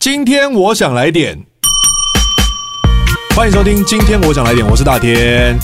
今天我想来点，欢迎收听。今天我想来点，我是大天。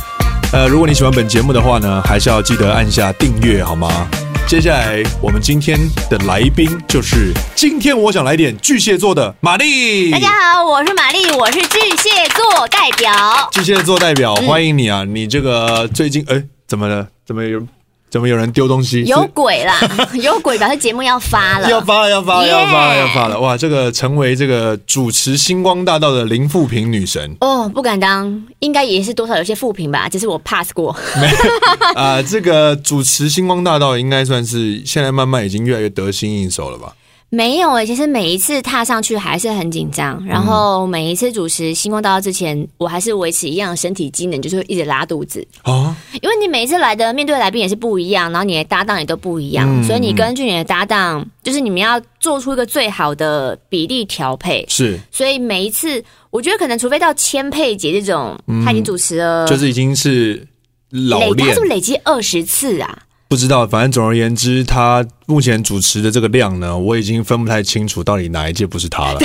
呃，如果你喜欢本节目的话呢，还是要记得按下订阅，好吗？接下来我们今天的来宾就是今天我想来点巨蟹座的玛丽。大家好，我是玛丽，我是巨蟹座代表。巨蟹座代嗯表，欢迎你啊！你这个最近哎，怎么了？怎么有怎么有人丢东西？有是鬼啦， 有鬼！表示节目要发了，要发了，要发了，耶要发了，要发了！哇，这个成为这个主持星光大道的林富平女神哦，不敢当，应该也是多少有些负评吧，只是我 pass 过。 啊、这个主持星光大道应该算是现在慢慢已经越来越得心应手了吧？没有诶、欸其实每一次踏上去还是很紧张，嗯然后每一次主持星光大道之前，我还是维持一样的身体机能，就是会一直拉肚子，啊，因为你每一次来的面对的来宾也是不一样，然后你的搭档也都不一样，嗯所以你根据你的搭档，就是你们要做出一个最好的比例调配。是，所以每一次，我觉得可能除非到千佩姐这种，她已经主持嗯了，就是已经是老累，她练是不，是累积二十次啊？ 不知道。反正总而言之，他目前主持的这个量呢，我已经分不太清楚到底哪一届不是 他了。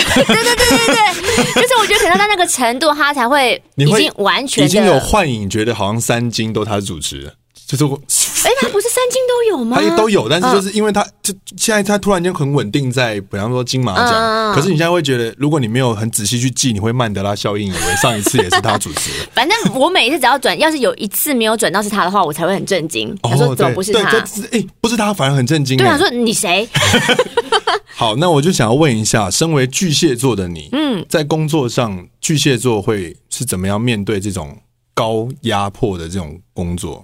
就是我觉得可能到那个程度，她才会 你已会经完全已的经有幻影，觉得好像三金都他主持的，就是我哎，她不是三金都有吗他？也都有，但是就是因为他就现在他突然间很稳定在，比方说金马奖，嗯嗯嗯可是你现在会觉得，如果你没有很仔细去记，你会曼德拉效应，以为上一次也是他主持的。反正我每一次只要转，要是有一次没有转到是她的话，我才会很震惊。她说哦，怎么对，不是对，她？这哎、不是他，反而很震惊。对啊，哎说 你谁？好，那我就想要问一下，身为巨蟹座的你，嗯，在工作上，巨蟹座会是怎么样面对这种高压迫的这种工作？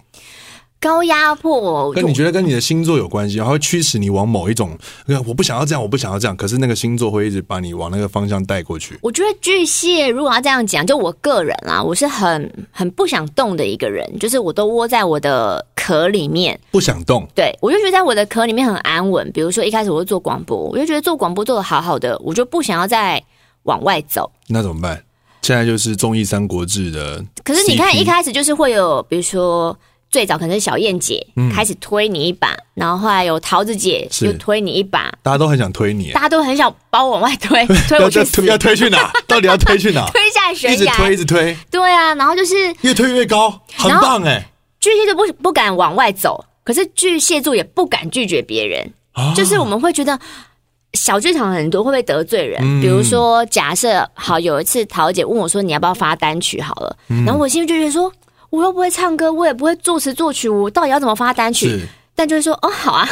高压迫，跟你觉得跟你的星座有关系，它会驱使你往某一种，呃我不想要这样，我不想要这样，可是那个星座会一直把你往那个方向带过去。我觉得巨蟹如果要这样讲，就我个人啊，我是很很不想动的一个人，就是我都窝在我的壳里面，不想动，对我就觉得在我的壳里面很安稳。比如说一开始我会做广播，我就觉得做广播做的好好的，我就不想要再往外走。那怎么办？现在就是综艺《三国志》的 CP，可是你看一开始就是会有，比如说最早可能是小燕姐、开始推你一把，然后后来有桃子姐嗯是又推你一把，大家都很想推你，欸大家都很想把我往外 推，推要我去要死，推要推去哪？到底要推去哪？ 推下一悬直崖。推一直推，对啊，然后就是越推越高，很然后棒哎、巨蟹座不不敢往外走，可是巨蟹座也不敢拒绝别人，啊就是我们会觉得。小剧场很多会不会得罪人？嗯比如说，假设好有一次桃姐问我说：“你要不要发单曲？”好了，嗯然后我心里就觉得说：“我又不会唱歌，我也不会作词作曲，我到底要怎么发单曲是？”但就是说：“哦，好啊，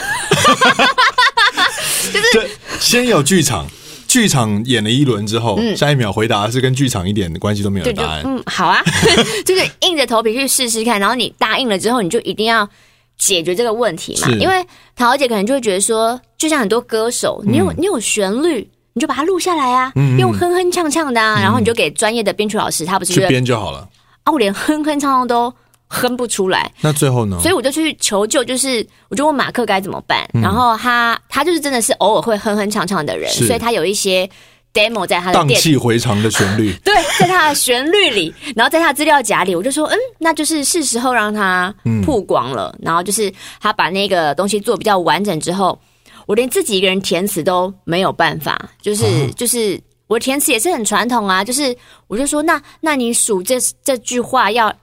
对，先有剧场。 剧场演了一轮之后，下一秒回答是跟剧场一点关系都没有的嗯对，就答案。嗯，好啊， 就是硬着头皮去试试看。然后你答应了之后，你就一定要解决这个问题嘛是。因为桃姐可能就会觉得说，就像很多歌手，你有、嗯你有旋律，你就把它录下来啊，用哼哼唱唱的啊，然后你就给专业的编曲老师，他不嗯是去觉得编就好了。啊，我连哼哼唱唱都哼不出来，那最后呢？所以我就去求救，就是我就问马克该怎么办。然后他他就是真的是偶尔会哼哼唱唱的人，是所以他有一些 demo 在他的荡店气回肠的旋 律对，在他的旋律里，然后在他的资料夹里，我就说，嗯，那就是是时候让他曝光了。然后就是他把那个东西做比较完整之后，我连自己一个人填词都没有办法，就是、嗯就是我填词也是很传统啊，就是我就说，那那你数这这句话要。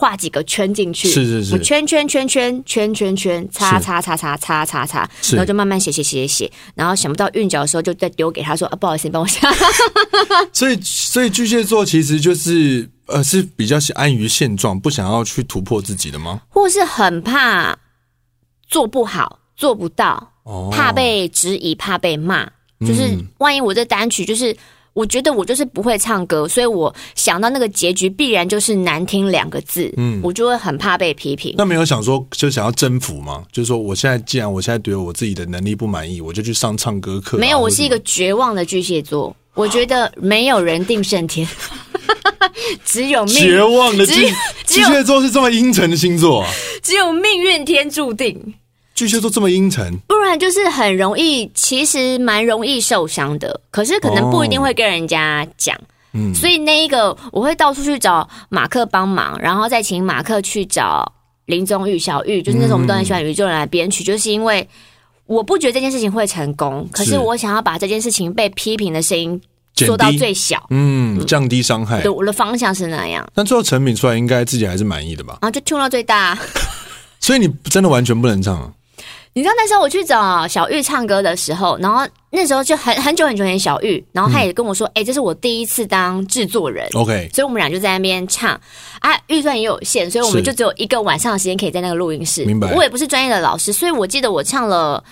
画几个圈进去，是是是我圈圈圈圈圈圈圈，叉是叉叉叉叉叉叉，是然后就慢慢写写写写，写然后想不到韵脚的时候，就再丢给他说啊，不好意思，你帮我下。所以，所以巨蟹座其实就是呃是比较喜安于现状，不想要去突破自己的吗？或是很怕做不好、做不到，哦，嗯怕被质疑、怕被骂。就是万一我这单曲就是。我觉得我就是不会唱歌，所以我想到那个结局必然就是难听两个字，嗯，我就会很怕被批评。那没有想说就想要征服吗？就是说，我现在既然我现在对我自己的能力不满意，我就去上唱歌课啊。没有，我或者是一个绝望的巨蟹座，我觉得没有人定胜天， 只有什么绝命，望的巨只巨有蟹座是这么阴沉的星座、啊，只有命运天注定，巨蟹座这么阴沉，不然就是很容易，其实蛮容易受伤的，可是可能不一定会跟人家讲。嗯所以那一个我会到处去找马克帮忙，然后再嗯请马克去找林宗玉、小玉，就是那时候我们都很喜欢宇宙人来编曲，就是因为我不觉得这件事情会成功，可是是我想要把这件事情被批评的声音减做到低最小。嗯，降低伤害对，。我的方向是那样，但最后成品出来，应该自己还是满意的吧？然后就 tune 到最大。所以你真的完全不能唱啊，你知道那时候我去找小玉唱歌的时候，然后那时候就很很久很久以前小玉，然后她也跟我说：“哎、这是我第一次当制作人。” OK，所以我们俩就在那边唱啊，预算也有限，所以我们是就只有一个晚上的时间可以在那个录音室。明白我也不是专业的老师，所以我记得我唱了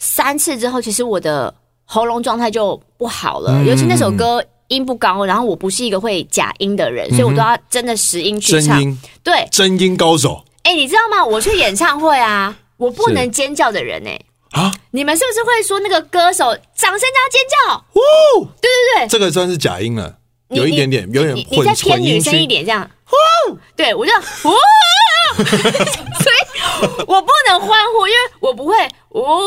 三次之后，其实我的喉咙状态就不好了，嗯尤其那首歌音不高，然后我不是一个会假音的人，所以我都要真的实音去真唱。嗯音对，真音高手哎、你知道吗？我去演唱会啊，我不能尖叫的人哎、啊，你们是不是会说那个歌手掌声要尖叫？哦，对对对，这个算是假音了，你有一点点，有点你你混再偏混女音生一区。点，这样，对我就呼， 所以我不能欢呼，因为我不会，呜，我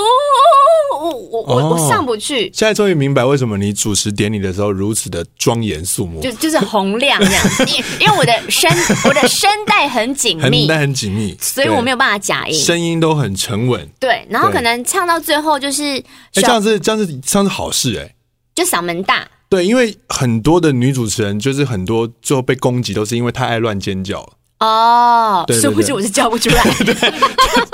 我我我哦上不去，现在终于明白为什么你主持典礼的时候如此的庄严肃穆，就就是洪亮 这样，因因为我的声我的声带很紧很密，但很紧密，所以我没有有办法假音。声音都很沉稳。对，然后对可能唱到最后就是啊哎，小这样子这样子这样子好事哎、就嗓门大，对，因为很多的女主持人就是很多最后被攻击都是因为太爱乱尖叫了，哦对，对殊不知对我是叫不出来。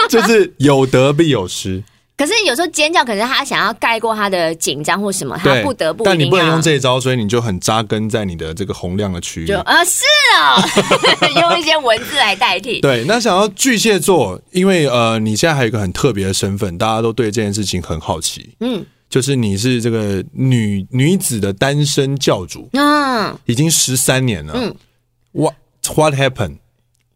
就是有得必有失。可是有时候尖叫，可能他想要盖过他的紧张或什么，他对，不得不但你一定不能要用这一招，所以你就很扎根在你的这个洪亮的区域就。啊、是哦， 用一些文字来代替。对，那想要巨蟹座，因为呃，你现在还有一个很特别的身份，大家都对这件事情很好奇，嗯就是你是这个女女子的单身教主，嗯，已经十三年了。嗯，What What happened？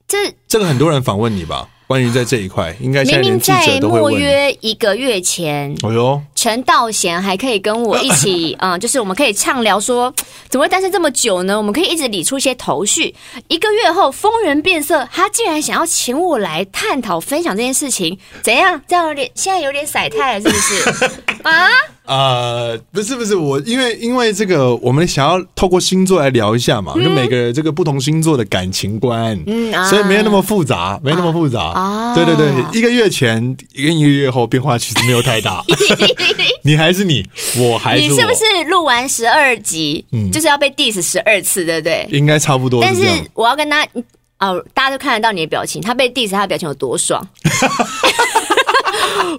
这这个很多人访问你吧，关于在这一块，应该现明在连明记在者都会莫问你。约一个月前，哎呦，陈道贤还可以跟我一 起，嗯，就是我们可以畅聊说，怎么会单身这么久呢？我们可以一直理出一些头绪。一个月后，风云变色，他竟然想要请我来探讨分享这件事情，怎样？这样有点，现在有点晒太了，是不是？ 啊，呃，不是不是，我因为因为这个，我们想要透过星座来聊一下嘛，就每个人这个不同星座的感情观，嗯啊所以没有那么复杂，没那么复杂啊对对对，一个月前跟一个月后变化其实没有太 大，你还是你，我还是你我，嗯是不是录完十二集，就是要被 diss 十二次，对不对？应该差不多但是是这样。我要跟他哦，大家都看得到你的表情，他被 diss 他的表情有 多爽。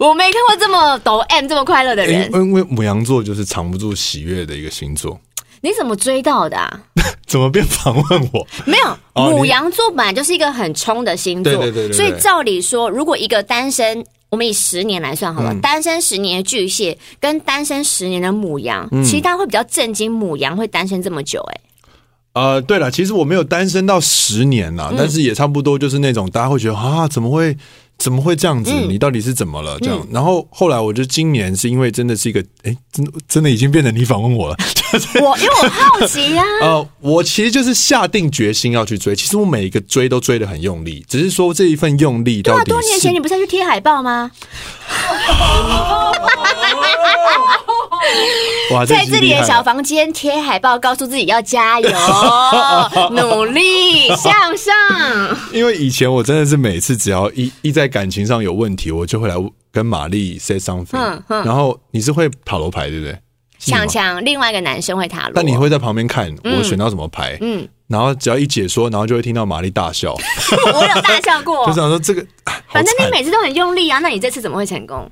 我没看过这么抖 M 这么快乐的因人，因为母羊座就是藏不住喜悦的一个星座，你怎么追到的、啊？怎么变访问我？没有，哦你母羊座本来就是一个很冲的星座，对对对对对所以照理说，如果一个单身，我们以十年来算好嗯了，单身十年的巨蟹跟单身十年的母羊，嗯其实大家会比较震惊，母羊会单身这么久、哎，呃，对了，其实我没有单身到十年嗯啦，但是也差不多就是那种大家会觉得啊，怎么会怎么会这样子？嗯你到底是怎么了？这样。然后后来我就今年是因为真的是一个，哎，真的真的已经变成你访问我 了。我因为我好奇呀、呃，我其实就是下定决心要去追，其实我每一个追都追得很用力，只是说这一份用力对到啊，底是、多年前你不是要去贴海报吗？哇，在这自集己厉害的了小房间贴海报，告诉自己要 加油，努力向 上。因为以前我真的是每次只要一一在感情上有问题，我就会来跟玛丽 say something，、嗯嗯然后你是会塔罗牌对不对？是你吗强强，另外一个男生会塔罗，但你会在旁边看我选到什么牌，嗯，然后只要一解说，然后就会听到玛丽大笑， 我有大笑过 就。想说这个，哎好哦反正你惨每次都很用力啊，那你这次怎么会成功？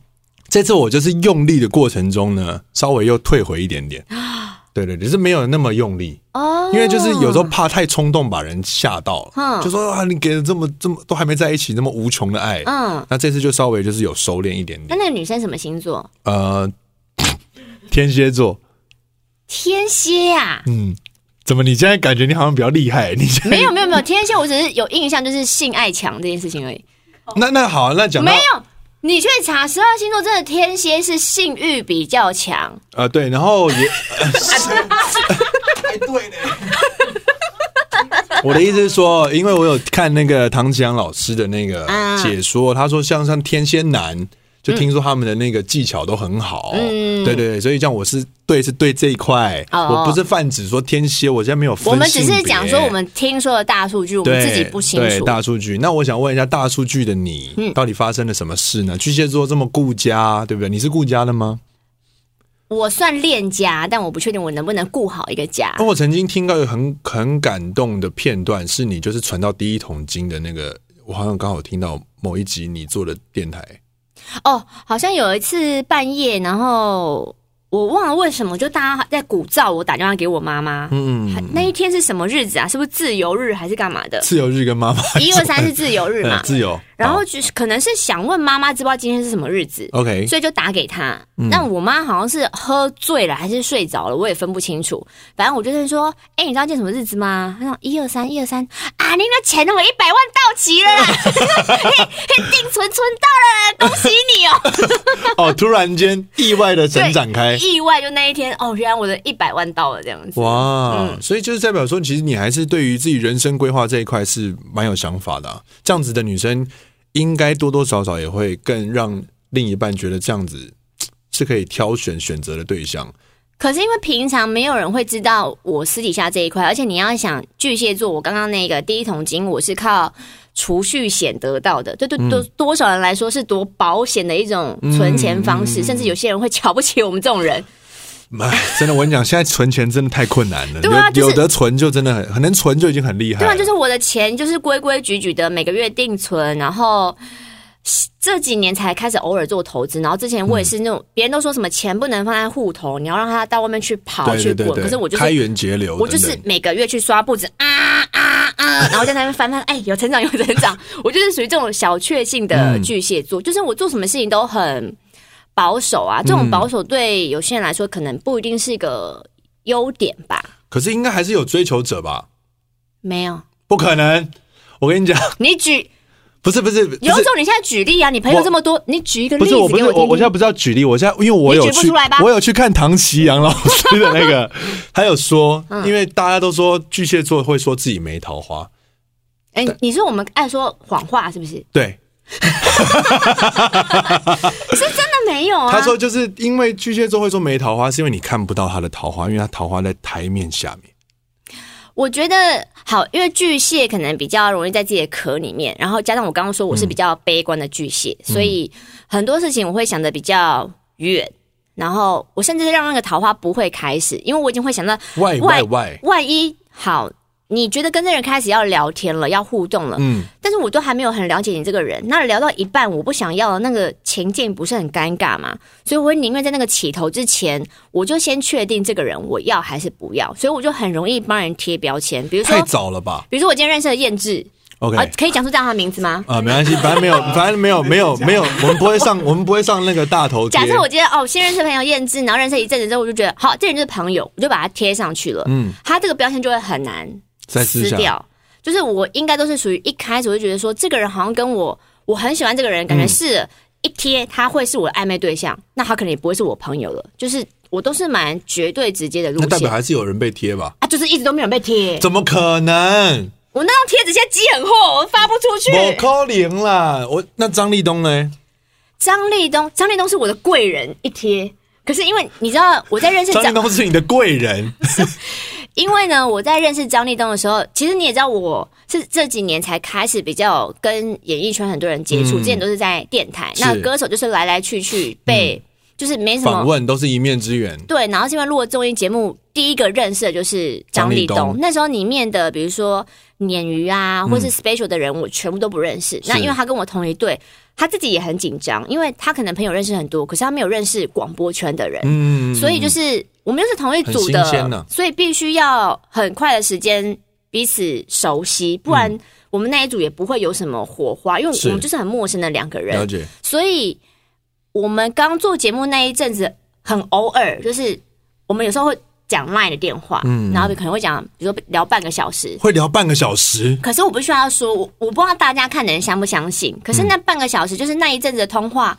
这次我就是用力的过程中呢，稍微又退回一点点，对对，只是没有那么用力，啊哦，因为就是有时候怕太冲动把人吓到了，嗯就说啊，你给了这么这么都还没在一起，那么无穷的爱，嗯，那这次就稍微就是有收敛一点那点，那个女生什么星座？呃，天蝎座，天蝎啊？嗯，怎么你现在感觉你好像比较厉害？你现在没有没有没有，天蝎我只是有印象，就是性爱强这件事情而已。那那好，那讲到没有，你去查十二星座，真的天蝎是性欲比较强。啊，对，然后也，哎，对呢，我的意思是说，因为我有看那个唐启阳老师的那个啊嗯解说，他说像像天蝎男，就听说他们的那个技巧都很好，对对对，所以这样我是对是对这一块，哦我不是泛指说天蝎，我现在没有分我们只性是别讲说我们听说的大数据，我们对自己不清对楚。嗯大数据。那我想问一下，大数据的你、到底发生了什么事呢？巨蟹座这么顾家，对不对？你是顾家的吗？我算恋家，但我不确定我能不能顾好一个家那。我曾经听到有很很感动的片段，是你就是传到第一桶金的那个，我好像刚好听到某一集你做的电台，哦，好像有一次半夜，然后我忘了为什么，就大家在鼓噪我打电话给我妈妈。嗯，还那一天是什么日子啊？是不是自由日还是干 嘛的？自由日跟妈妈一二三是自由日嘛嗯，自由，然 好后就是可能是想问妈妈知不知道今天是什么日子， OK，所以就打给她。但我妈好像是喝醉了还是睡着了，我也分不清楚。反正我就是说，哎、你知道今天什么日子吗？她说一二三，一二三啊，你那钱我一百万到期了啦，嘿嘿定存存到了，恭喜你哦！哦，突然间意外的神对，展开，意外就那一天哦，原来我的一百万到了这样子。哇，嗯所以就是代表说，其实你还是对于自己人生规划这一块是蛮有想法的啊、这样子的女生，应该多多少少也会更让另一半觉得这样子嘖是可以挑选选择的对象。可是因为平常没有人会知道我私底下这一块，而且你要想巨蟹座，我刚刚那个第一桶金我是靠储蓄险得到的，对嗯对多多少人来说是多保险的一种存钱方式，甚至有些人会瞧不起我们这种人。哎， 真的，我跟你讲，现在存钱真的太困难了。对啊有就是有的存就真的很，很能存就已经很厉害对了。啊，就是我的钱就是规规矩矩的，每个月定存，然后这几年才开始偶尔做投资。然后之前我也是那嗯种，别人都说什么钱不能放在户头，你要让它到外面去跑对对去对滚，对，可是我就是开源节流等我等，就是每个月去刷步子啊啊啊，然后在那边翻翻，哎，有成长有成长。 我就是属于这种小确幸的巨蟹座，就是我做什么事情都很保守嗯啊。这种保守对有些人来说可能不一定是一个优点吧？可是应该还是有追求者吧？没有，不可能，我跟你讲， 你举不是不是，不有是种你现在举例啊，你朋友我这么多，你举一个不例是，子我不给是我，听我现在听。不是要举例，我现在因为我有你举不去出来吧，我有去看唐奇阳老师的那 个，还有说，嗯因为大家都说巨蟹座会说自己没桃花，哎，你说我们爱说谎话是不是？对，是真的没有啊？他说就是因为巨蟹座会说没桃花，是因为你看不到他的桃花，因为他桃花在台面下面。我觉得好，因为巨蟹可能比较容易在自己的壳里面，然后加上我刚刚说我是比较悲观的巨蟹，所以很多事情我会想的比较远，然后我甚至让那个桃花不会开始，因为我已经会想到外外外外，万一好，你觉得跟这个人开始要聊天了，要互动了，嗯，但是我都还没有很了解你这个人，那聊到一半我不想要了，那个情境不是很尴尬嘛？所以我会宁愿在那个起头之前，我就先确定这个人我要还是不要，所以我就很容易帮人贴标签，比如说太，早了吧比如说我今天认识了燕志， ？OK 啊，可以讲出这样他的名字吗？啊，没关系，反正没有， 反正没有，没有，没有，我们不会上，我们不会上那个大头贴假。设我今天哦，先认识朋友燕志，然后认识一阵子之后，我就觉得好，这人就是朋友，我就把他贴上去了。嗯嗯，他这个标签就会很难再撕撕下掉。就是我应该都是属于一开始我就觉得说，这个人好像跟我，我很喜欢这个人，感嗯觉是、一贴他会是我的暧昧对象，那他可能也不会是我朋友了。就是我都是蛮绝对直接的路那代表线还是有人被贴吧？啊，就是一直都没有人被贴。怎么可能？我那张贴纸现在积很厚，我发不出我去。扣零啦！我那张立东呢？张立东，张立东是我的贵人，一贴。可是因为你知道我在认识张立张，东是你的贵人，因为呢我在认识张立东的时候，其实你也知道我是这几年才开始比较跟演艺圈很多人接触，嗯之前都是在电台，是嗯那歌手就是来来去去被、就是没什访么问都是一面之缘。对，然后是因为录了综艺节目，第一个认识的就是张立东。张立东嗯那时候里面的，比如说鲶鱼啊，或是 Special 的人，我全部都不认识。那因为他跟我同一队，他自己也很紧张，因为他可能朋友认识很多，可是他没有认识广播圈的人，嗯，所以就是我们又是同一组很新的，鲜啊所以必须要很快的时间彼此熟悉，不然我们那一组也不会有什么火花，因为嗯是我们就是很陌生的两个人了。解。所以我们刚做节目那一阵子，很偶尔，就是我们有时候会讲 LINE 的电话，嗯然后可能会讲，比如说聊半个小时。会聊半个小时，可是我必须要说，我我不知道大家看的人相不相信。嗯可是那半个小时，就是那一阵子的通话，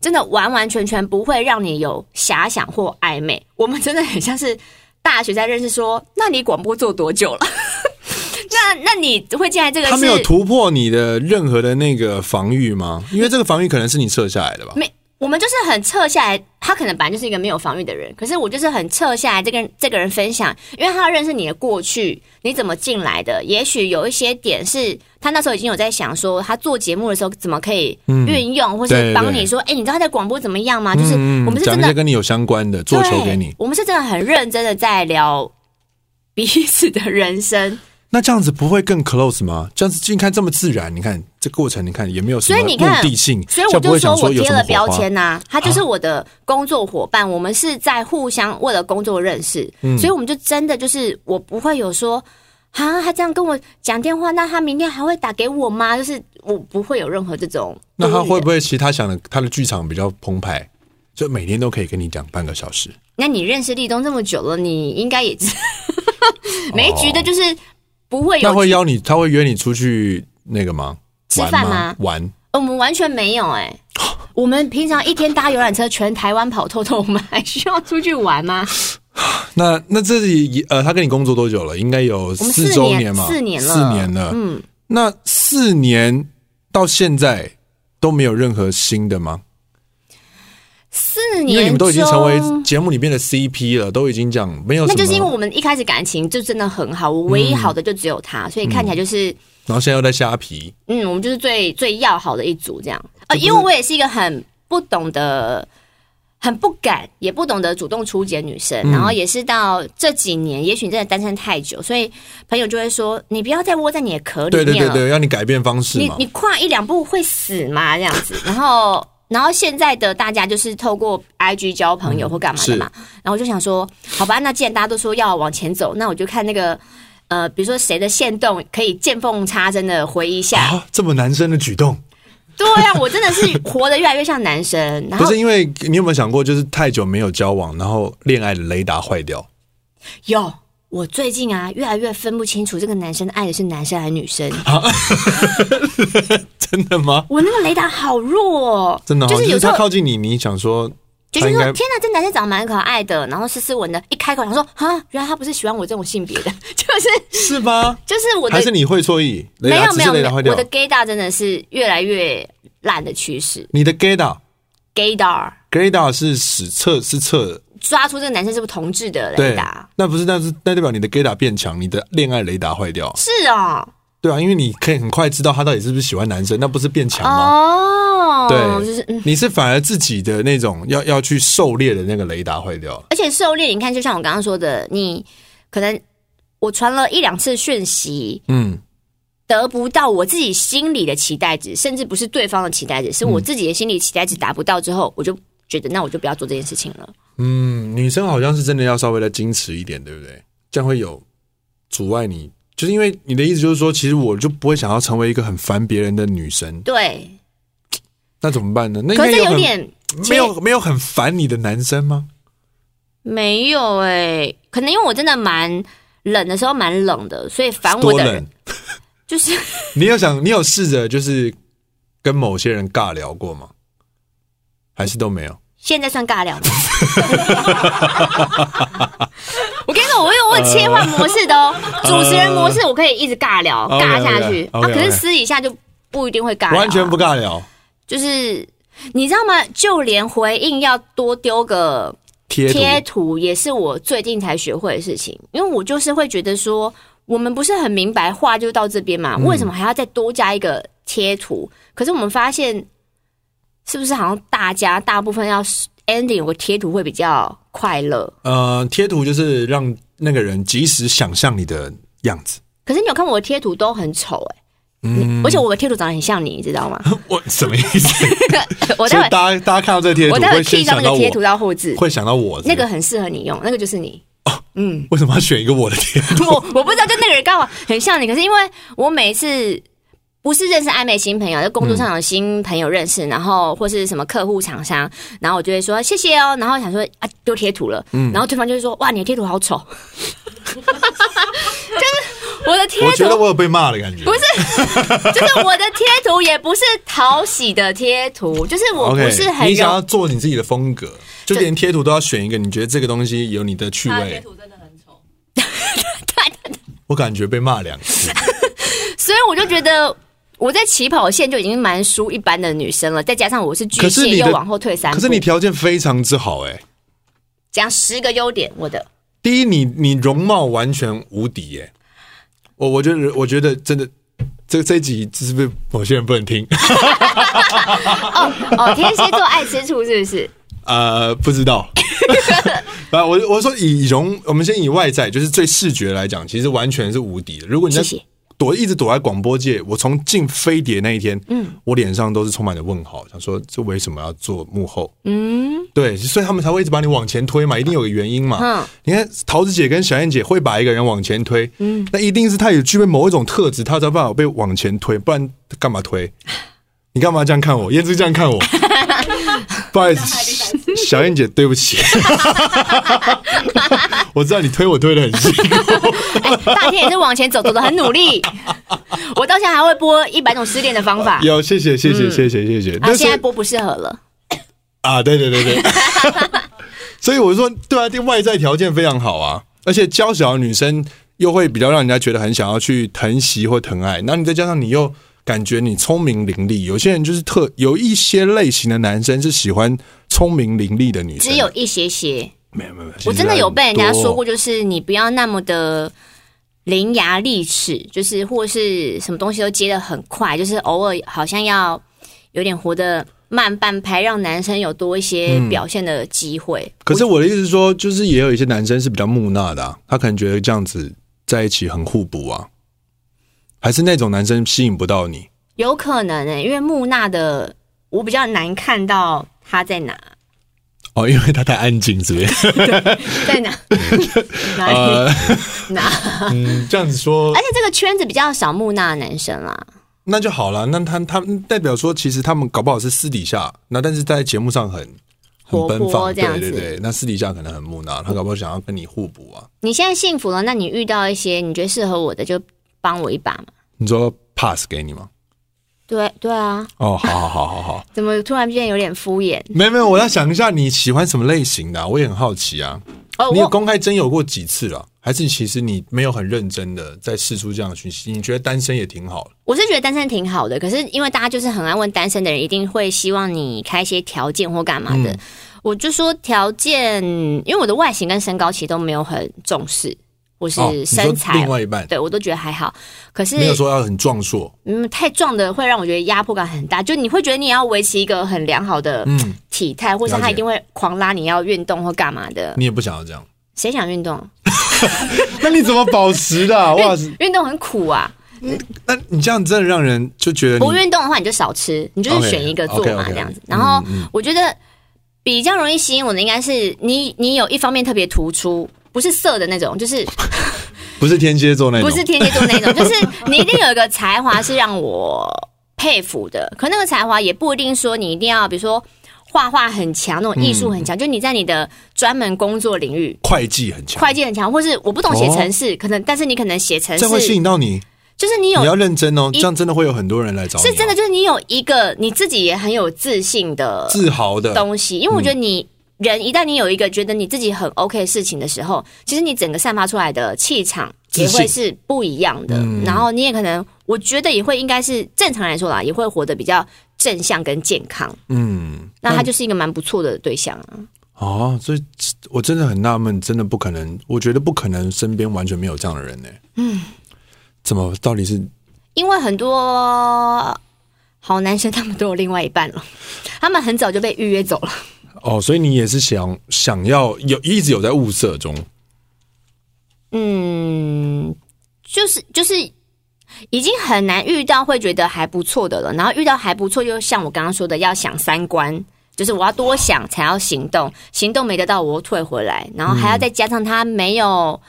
真的完完全全不会让你有遐想或暧昧。我们真的很像是大学在认识说，那你广播做多久了？ 那那你会进来这个他没有是突破你的任何的那个防御吗？因为这个防御可能是你设下来的吧？没我们就是很撤下来，他可能本来就是一个没有防御的人，可是我就是很撤下来，这个人这个人分享，因为他要认识你的过去，你怎么进来的，也许有一些点是他那时候已经有在想说，他做节目的时候怎么可以运用，或对是帮对你说，哎、你知道他在广播怎么样嗯吗？就是我们是讲真一的些跟你有相关的，做球给你对。我们是真的很认真的在聊彼此的人生，那这样子不会更 close 吗？这样子你看这么自然，你看这过程，你看也没有什所么以你看目的性，所以我这样不就会想我有贴什了么标火花。啊签呐、他就是我的工作伙伴，我们是在互相为了工作认识，嗯所以我们就真的就是我不会有说啊，他这样跟我讲电话，那他明天还会打给我吗？就是我不会有任何这种那多余的，他会不会其实他想的他的剧场比较澎湃，就每天都可以跟你讲半个小时？那你认识立冬这么久了，你应该也 知每一局的就是不会有哦那会邀你，他会约你出去那个吗？吃玩饭吗吗？玩。呃我们完全没有哎、 我们平常一天搭游览车全台湾跑透透，我们还需要出去玩吗？那那这里呃，他跟你工作多久了？应该有我们四四周年嘛，四年了四年了。嗯，那四年到现在都没有任何新的吗？四因为你年们都已经成为中节目里面的 CP 了，都已经讲没有什么，那就是因为我们一开始感情就真的很好，我唯一好的就只有他，所以看起来就是然后现在又在虾皮，嗯我们就是最最要好的一组这样。这呃，不是因为我也是一个很不懂得、很不敢，也不懂得主动出击的女生，嗯然后也是到这几年，也许你真的单身太久，所以朋友就会说你不要再窝在你的壳里对面对了，对对，让你改变方式你嘛你。跨一两步会死吗？这样子，然后然后现在的大家就是透过 IG 交朋友或干嘛的嘛，嗯然后我就想说，好吧，那既然大家都说要往前走，那我就看那个呃，比如说谁的线动可以见缝插针的回一下。啊，这么男生的举动，对啊，我真的是活得越来越像男生，然不后是因为你有没有想过，就是太久没有交往，然后恋爱的雷达坏掉？ 有。我最近啊，越来越分不清楚这个男生爱的是男生还是女哦生。真的吗？我那个雷达好弱哦，真的、哦，就是有时候他靠近你，你想说就他是应说该，天哪，这男生长得蛮可爱的，然后斯斯文的，一开口想说啊，原来他不是喜欢我这种性别的， 就是是吗？就是我的还是你会错意？雷没达有只没是有雷没达有，坏我掉的。gaydar 真的是越来越烂的趋势你的 gaydar ，gaydar gaydar 是史册是测抓出这个男生是不是同志的雷对达，，那不是那是那代表你的 gaydar 变强，你的恋爱雷达坏掉，是哦，对啊，因为你可以很快知道他到底是不是喜欢男生，那不是变强吗？哦，对，就是嗯。你是反而自己的那种要要去狩猎的那个雷达坏掉了。而且狩猎，你看，就像我刚刚说的，你可能我传了一两次讯息，嗯，得不到我自己心里的期待值，甚至不是对方的期待值，是我自己的心理期待值达不到之后，我就觉得那我就不要做这件事情了。嗯，女生好像是真的要稍微再矜持一点，对不对？这样会有阻碍你，就是因为你的意思就是说，其实我就不会想要成为一个很烦别人的女生，对，那怎么办呢？那应可该是这很有点没有没有很烦你的男生吗？没有哎、可能因为我真的蛮冷的时候蛮冷的，所以烦嗯我多的冷人！就是你有想你有试着就是跟某些人尬聊过吗？还是都没有？现在算 尬聊吗。我跟你说，我有我有切换模式 的哦，呃主持人模式我可以一直尬聊 OK，OK，尬下去啊， OK，OK 可是私底下就不一定会尬聊啊，完全不尬聊，就是你知道吗？就连回应要多丢个贴贴图图，也是我最近才学会的事情。因为我就是会觉得说，我们不是很明白话就到这边嘛，嗯为什么还要再多加一个贴图？可是我们发现，是不是好像大家大部分要 ending 有个贴图会比较快乐？呃，贴图就是让那个人及时想象你的样子。 可是你有看我的贴图都很丑哎、嗯，而且我的贴图长得很像你，你知道吗？我什么意思？ 我所待以会大家大家看到这贴图我待会会 key 先到想那到个我，贴图到后置，会想到我那个很适合你用，那个就是你。嗯，为什么要选一个我的贴？ 我我不知道，就那个人刚好很像你，可是因为我每次不是认识暧昧新朋友，就工作嗯上有新朋友认识，然后或是什么客户厂商，然后我就会说谢谢哦，然后想说啊丢贴图了，嗯然后对方就会说哇你的贴图好丑， 就是我的贴我觉得图。我有被骂的感觉。不是，就是我的贴图也不是讨喜的贴图，就是我不 OK，是很你想有要做你自己的风格，就连贴图都要选一个你觉得这个东西有你的趣他的贴味。图真的很丑，我感觉被骂两次，所以我就觉得我在起跑线就已经蛮输一般的女生了，再加上我是巨可是蟹，你又的往后退三步。可是你条件非常之好哎、讲十个优点，我的第一，你你容貌完全无敌耶、我我觉得我觉得真的。这这一集是不是某些人不能听？哦哦，天蝎座爱吃醋是不是？呃，不知 道。啊，我我说以容，我们先以外在，就是最视觉来讲，其实完全是无敌的。如果你在谢谢躲一直躲在广播界，我从进飞碟那一天，嗯，我脸上都是充满了问号，想说这为什么要做幕后？嗯，对，所以他们才会一直把你往前推嘛，一定有个原因嘛。嗯你看桃子姐跟小燕姐会把一个人往前推，嗯，那一定是他有具备某一种特质，他才有办法被往前推，不然干嘛推？你干嘛这样看我？燕之这样看我？ 不好意 思，小燕姐，对不起，我知道你推我推的很辛苦。哎，大天也是往前走，走的很努力。我到现在还会播一百种失恋的方法，有，谢谢，谢谢，谢谢，谢谢。啊，但是现在播不适合了。啊，对对对对， 所以我说，对啊，这外在条件非常好啊，而且娇小的女生又会比较让人家觉得很想要去疼惜或疼爱，那你再加上你又感觉你聪明伶俐，有些人就是特有一些类型的男生是喜欢聪明伶俐的女生，只有一些些，没有没有，没有我真的有被人家说过，其实很多就是你不要那么的伶牙俐齿，就是或是什么东西都接的很快，就是偶尔好像要有点活得慢半拍，让男生有多一些嗯表现的机会。可是我的意思是说，就是也有一些男生是比较木讷的、啊，他可能觉得这样子在一起很互补啊，还是那种男生吸引不到你。有可能诶、因为木讷的我比较难看到他 在哪，哦，因为他太安静， 是不是？在哪呃哪里、 哪，而嗯，这样子说，且这个圈子比较少木讷的男生啦。那就好了。那他他代表说，其实他们搞不好是私底下，那但是在节目上很很活奔泼放，这样对子对对。那私底下可能很木讷，他搞不好想要跟你互补啊。你现在幸福了，那你遇到一些你觉得适合我的，就帮我一把嘛。你说 pass 给你吗？对对啊，哦，好好好好好，怎么突然间有点敷衍？没有没有，我要想一下你喜欢什么类型的啊、我也很好奇啊。哦，你有我公开征友过几次了？还是其实你没有很认真的在试出这样的讯息？你觉得单身也挺好的？我是觉得单身挺好的，可是因为大家就是很爱问单身的人，一定会希望你开一些条件或干嘛嗯的。我就说条件，因为我的外形跟身高其实都没有很重视，我哦是你身说材，另外一半对我都觉得还好。可是没有说要很壮硕，嗯，太壮的会让我觉得压迫感很大，就你会觉得你要维持一个很良好的嗯，体态，或是了他解一定会狂拉你要运动或干嘛的。你也不想要这样。谁想运动？那你怎么保持的、啊？哇，运运动很苦啊！那你这样真的让人就觉得不你运动的话，你就少吃，你哦就是选一个做 OK，OK，OK，嘛，这样子嗯。然后我觉得比较容易吸引我的，应该是你，你有一方面特别突出，不是色的那种，就是不是天蝎座那种，不是天蝎座那 种，就是你一定有一个才华是让我佩服的。可那个才华也不一定说你一定要，比如说画画很强，那种艺术很嗯强，就你在你的专门工作领域。会计很强，会计很强，或是我不懂写程式，可能但是你可能写程哦这样会吸式，引到你。就是你有你要认真哦，一这样真的会有很多人来找你哦、是真的，就是你有一个你自己也很有自信的自豪的。嗯东西，因为我觉得你。人一旦你有一个觉得你自己很 OK 的事情的时候，其实你整个散发出来的气场也自会信嗯是不一样的。然后你也可能，我觉得也会应该是正常来说啦，也会活得比较正向跟健康。嗯，那他就是一个蛮不错的对象啊。哦，所以我真的很纳闷，真的不可能，我觉得不可能，身边完全没有这样的人呢、嗯，怎么到底是因为很多好男生他们都有另外一半了，他们很早就被预约走了。哦？所以你也是想想要有一直有在物色中，嗯，就是就是已经很难遇到会觉得还不错的了，然后遇到还不错，又像我刚刚说的，要想三观，就是我要多想才要行动，行动没得到我又退回来，然后还要再加上他没有。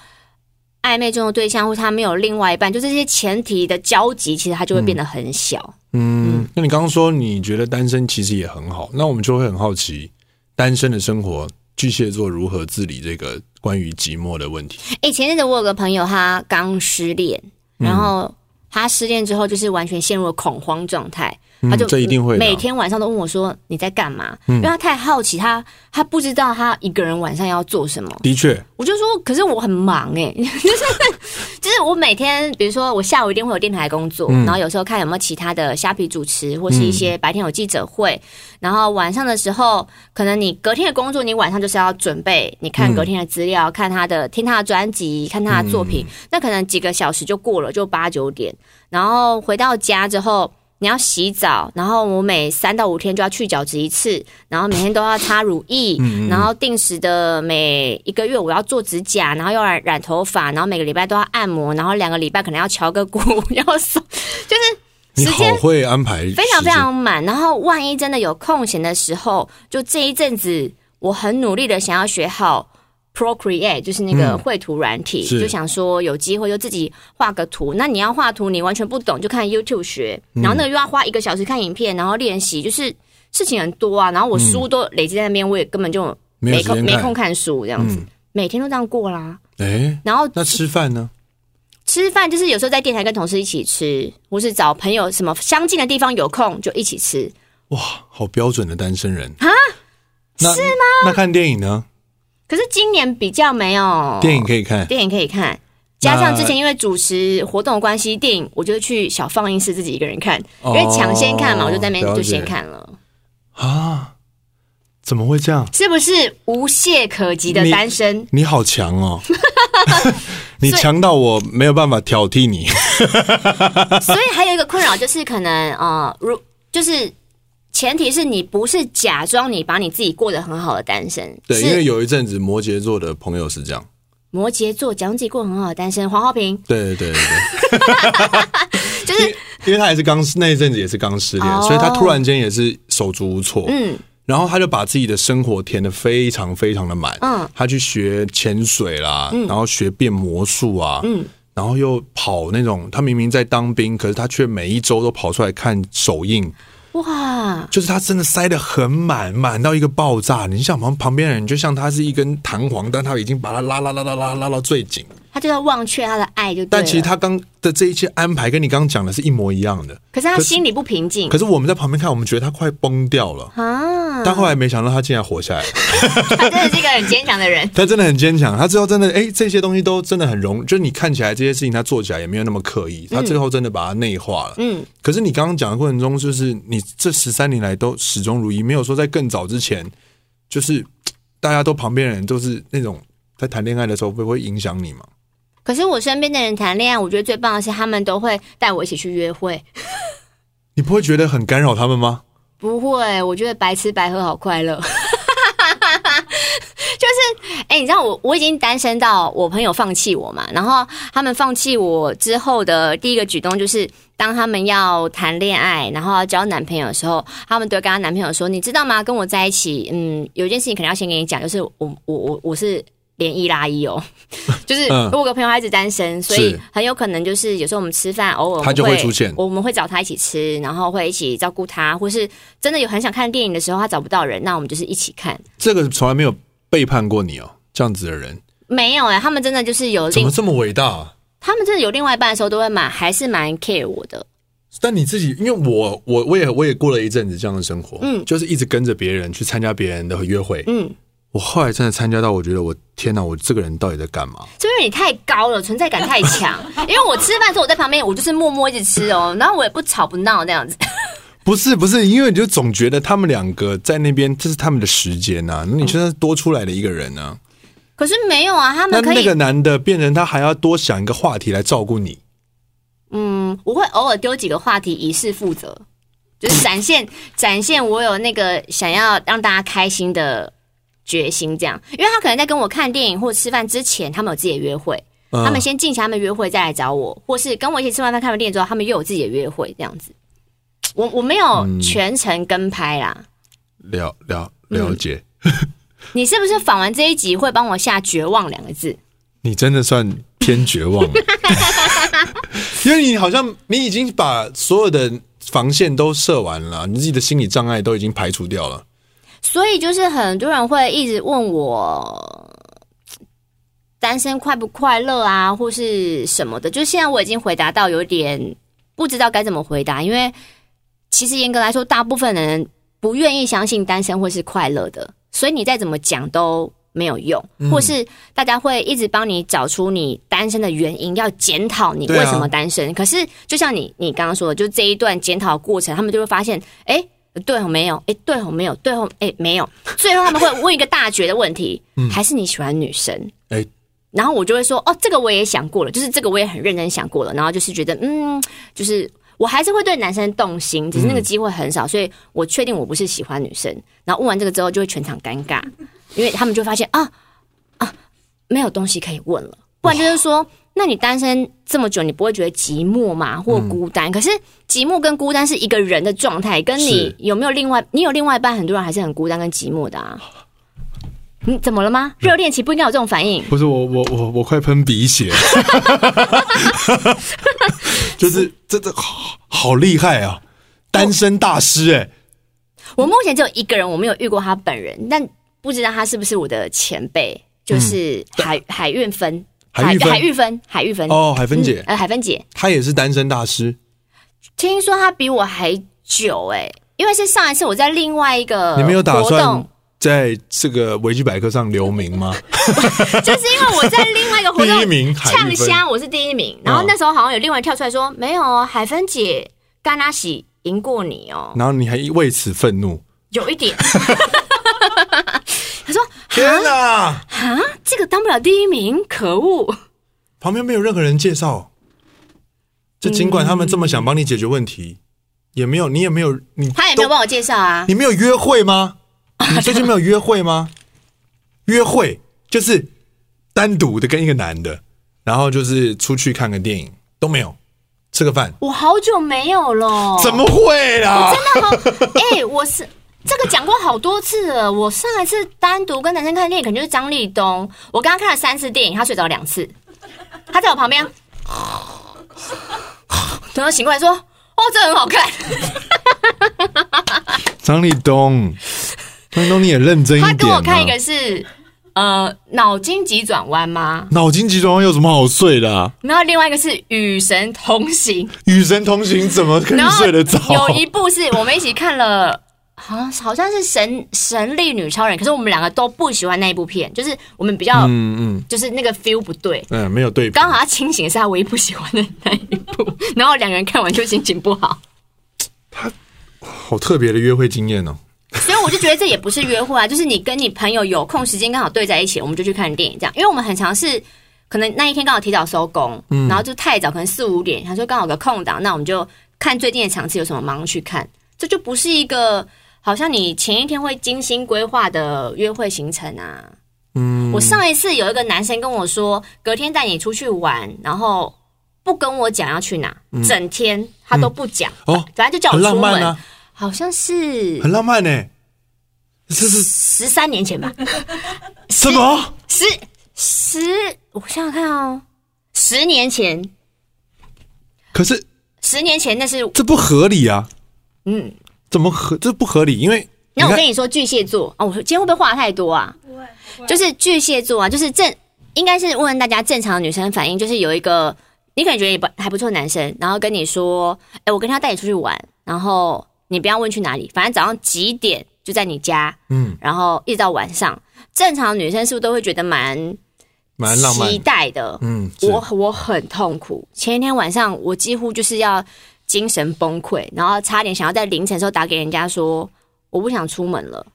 暧昧中的对象，或他没有另外一半，就这些前提的交集，其实他就会变得很小。嗯，那你刚刚说你觉得单身其实也很好，那我们就会很好奇，单身的生活，巨蟹座如何治理这个关于寂寞的问题？哎、前阵子我有个朋友，他刚失恋，嗯然后他失恋之后就是完全陷入了恐慌状态，他就这一定会的啊嗯每天晚上都问我说你在干嘛，因为他太好奇，他他不知道他一个人晚上要做什么。的确，欸 我就说，可是我很忙哎、就是就是就是我每天，比如说我下午一定会有电台工作，然后有时候看有没有其他的虾皮主持，或是一些白天有记者会，然后晚上的时候，可能你隔天的工作，你晚上就是要准备，你看隔天的资料，看他的听他的专辑，看他的作品，那可能几个小时就过了，就八九点，然后回到家之后。你要洗澡，然后我每三到五天就要去角质一次，然后每天都要擦乳液，然后定时的每一个月我要做指甲，然后要染染头发，然后每个礼拜都要按摩，然后两个礼拜可能要敲个鼓， 要手，就是你时好间会安排时间，非常非常满。然后万一真的有空闲的时候，就这一阵子我很努力的想要学好 Procreate，就是那个绘图软体，嗯是就想说有机会就自己画个图。那你要画图，你完全不懂就看 YouTube 学，嗯然后那个又要花一个小时看影片，然后练习，就是事情很多啊。然后我书都累积在那边，我也根本就没有时空间没看嗯空。看书，这样子、每天都这样过啦。哎，然后那吃饭呢？吃饭就是有时候在电台跟同事一起吃，或是找朋友什么相近的地方有空就一起吃。哇，好标准的单身人啊！那是吗？那看电影呢？可是今年比较没有电影可以看，哦电影可以看，加上之前因为主持活动的关系，电影我就去小放映室自己一个人看，哦因为抢先看嘛，我就在那边了解就先看了，啊？怎么会这样？是不是无懈可击的 单身？你好强 哦！你强到我没有办法挑剔你。所以还有一个困扰就是可能呃，如就是前提是你不是假装你把你自己过得很好的单身，对，因为是有一阵子摩羯座的朋友是这样。摩羯座讲自己过得很好的单身，黄浩平对对对对 对，就是因为因为他也是刚那一阵子也是刚失恋，哦所以他突然间也是手足无措。嗯。然后他就把自己的生活填得非常非常的满，嗯他去学潜水啦，然后学变魔术啊，然后又跑那种，他明明在当兵，可是他却每一周都跑出来看首映，哇，就是他真的塞得很满，满到一个爆炸。你想旁旁边的人就像他是一根弹簧，但他已经把它拉拉拉拉拉拉到最紧，他就要忘却他的爱就对啊但了其实他刚的这一切安排跟你刚刚讲的是一模一样的，可是他心里不平静可是我们在旁边看，我们觉得他快崩掉了，啊，但后来没想到他竟然活下来了。他 真的是一个很坚强的人。他真的很坚强，他最后真的哎、这些东西都真的很容，就是你看起来这些事情他做起来也没有那么刻意，他最后真的把它内化了。嗯，可是你刚刚讲的过程中，就是你这十三年来都始终如一，没有说在更早之前，就是嘖大家都旁边人都是那种在谈恋爱的时候会会影响你嘛？可是我身边的人谈恋爱，我觉得最棒的是他们都会带我一起去约会，你不会觉得很干扰他们吗？不会，我觉得白吃白喝好快乐。 就是，哎、你知道我我已经单身到我朋友放弃我嘛，然后他们放弃我之后的第一个举动就是，当他们要谈恋爱，然后要交男朋友的时候，他们都会跟她男朋友说，你知道吗？跟我在一起，嗯，有一件事情可能要先跟你讲，就是我我我我是。连一拉一哦， 就是嗯我有个朋友他一直单身，所以是很有可能就是有时候我们吃饭偶尔我们他就会出现我们会找他一起吃，然后会一起照顾他，或是真的有很想看电影的时候，他找不到人，那我们就是一起看。这个从来没有背叛过你哦，这样子的人没有哎、他们真的就是有怎另么，这么伟大、啊？他们真的有另外一半的时候，都会蛮还是蛮 care 我的。但你自己，因为我我我也我也过了一阵子这样的生活，嗯，就是一直跟着别人去参加别人的约会，嗯，我后来真的参加到，我觉得我天哪，我这个人到底在干嘛？是不是你太高了，存在感太强？因为我吃饭的时候，我在旁边，我就是默默一直吃哦，然后我也不吵不闹那样子。不是不是，因为你就总觉得他们两个在那边，这是他们的时间呐、那你嗯现在是多出来的一个人呢、可是没有啊，他那们可那以，个男的变成他还要多想一个话题来照顾你，嗯，我会偶尔丢几个话题以示负责，就是展现展现我有那个想要让大家开心的决心，这样。因为他可能在跟我看电影或吃饭之前，他们有自己的约会。嗯他们先进行他们约会，再来找我，或是跟我一起吃完饭、看完电影之后，他们又有自己的约会，这样子。我我没有全程跟拍啦，了了了嗯解，你是不是访完这一集会帮我下“绝望”两个字？你真的算偏绝望 了，因为你好像你已经把所有的防线都设完了，你自己的心理障碍都已经排除掉了。所以就是很多人会一直问我单身快不快乐啊，或是什么的。就现在我已经回答到有点不知道该怎么回答，因为其实严格来说，大部分人不愿意相信单身会是快乐的，所以你再怎么讲都没有用，嗯或是大家会一直帮你找出你单身的原因，要检讨你对啊为什么单身。可是就像你你刚刚说的，就这一段检讨过程，他们就会发现，哎、对哦没有，哎、对哦没有，对哦哎、没有，最后他们会问一个大绝的问题，嗯还是你喜欢女生？哎然后我就会说，哦，这个我也想过了，就是这个我也很认真想过了，然后就是觉得，嗯，就是我还是会对男生动心，只是那个机会很少，所以我确定我不是喜欢女生。然后问完这个之后，就会全场尴尬，因为他们就发现啊啊，没有东西可以问了，不然就是说。那你单身这么久，你不会觉得寂寞吗？或孤单？可是寂寞跟孤单是一个人的状态，跟你是有没有另外，你有另外一半，很多人还是很孤单跟寂寞的啊。你怎么了吗？热恋期不应该有这种反应。不是我我我我快喷鼻 血，就是这这好好厉害啊！单身大师哎、我目前只有一个人，我没有遇过他本人，但不知道他是不是我的前辈，就是海、海运芬，嗯海运芬海运芬，海运芬，哦，海芬嗯姐，呃，海芬姐，她也是单身大师，听说他比我还久哎、因为是上一次我在另外一个你没有打活算动， 在这个维基百科上留名吗？就是因为我在另外一个活 动第一名海运哦呛芬虾，我是第一名，然后那时候好像有另外跳出来说，没有哦，海芬姐干阿喜赢过你哦，然后你还为此愤怒？有一点。 他说天哪！啊，这个当不了第一名，可恶。旁边没有任何人介绍，就尽管他们这么想帮你解决问题，也没有你也没有你他也没有帮我介绍啊。你没有约会吗？你最近没有约会吗？约会就是单独的跟一个男的，然后就是出去看个电影都没有，吃个饭，我好久没有了，怎么会啊啦？哦真的好？ 哎、我是这个讲过好多次了。我上一次单独跟男生看电影，可能就是张立东。我跟他看了三次电影，他睡着两次。他在我旁边，哦等他醒过来说：“哦，这很好看。张立东，张立东你也认真”一点、他啊。跟我看一个是呃脑筋急转弯吗？脑筋急转弯有什么好睡的、啊？然后另外一个是与神同 行，与神同行怎么可以然后睡得着？有一部是我们一起看了，好像好像是神神力女超人，可是我们两个都不喜欢那一部片，就是我们比较、嗯嗯就是那个 feel 不对。嗯，没有对比。刚好他清醒是他唯一不喜欢的那一部，然后两个人看完就心情不好，好特别的约会经验哦。所以我就觉得这也不是约会啊，就是你跟你朋友有空时间刚好对在一起，我们就去看电影这样，因为我们很常是。可能那一天刚好提早收工，嗯然后就太早，可能四五点，他说刚好有个空档，那我们就看最近的场次有什么，马上去看。这就不是一个好像你前一天会精心规划的约会行程啊。嗯，我上一次有一个男生跟我说，隔天带你出去玩，然后不跟我讲要去哪，整天他都不讲，哦，反正就叫嗯很我浪出漫门，啊，好像是很浪漫呢、欸这是十三年前吧，什么？十十，我想想看哦，十年前，可是十年前那是这不合理啊！嗯，怎么合？这不合理，因为那你我看跟你说，巨蟹座哦，我今天会不会话太多啊？不会，就是巨蟹座啊，就是正应该是问大家正常的女生反应，就是有一个你可能觉得也不还不错的男生，然后跟你说，哎、我跟他带你出去玩，然后你不要问去哪里，反正早上几点就在你家，嗯，然后一直到晚上。正常的女生是不是都会觉得蛮蛮浪漫期，待的？嗯，是我我很痛苦，前一天晚上我几乎就是要精神崩溃，然后差点想要在凌晨的时候打给人家说我不想出门了，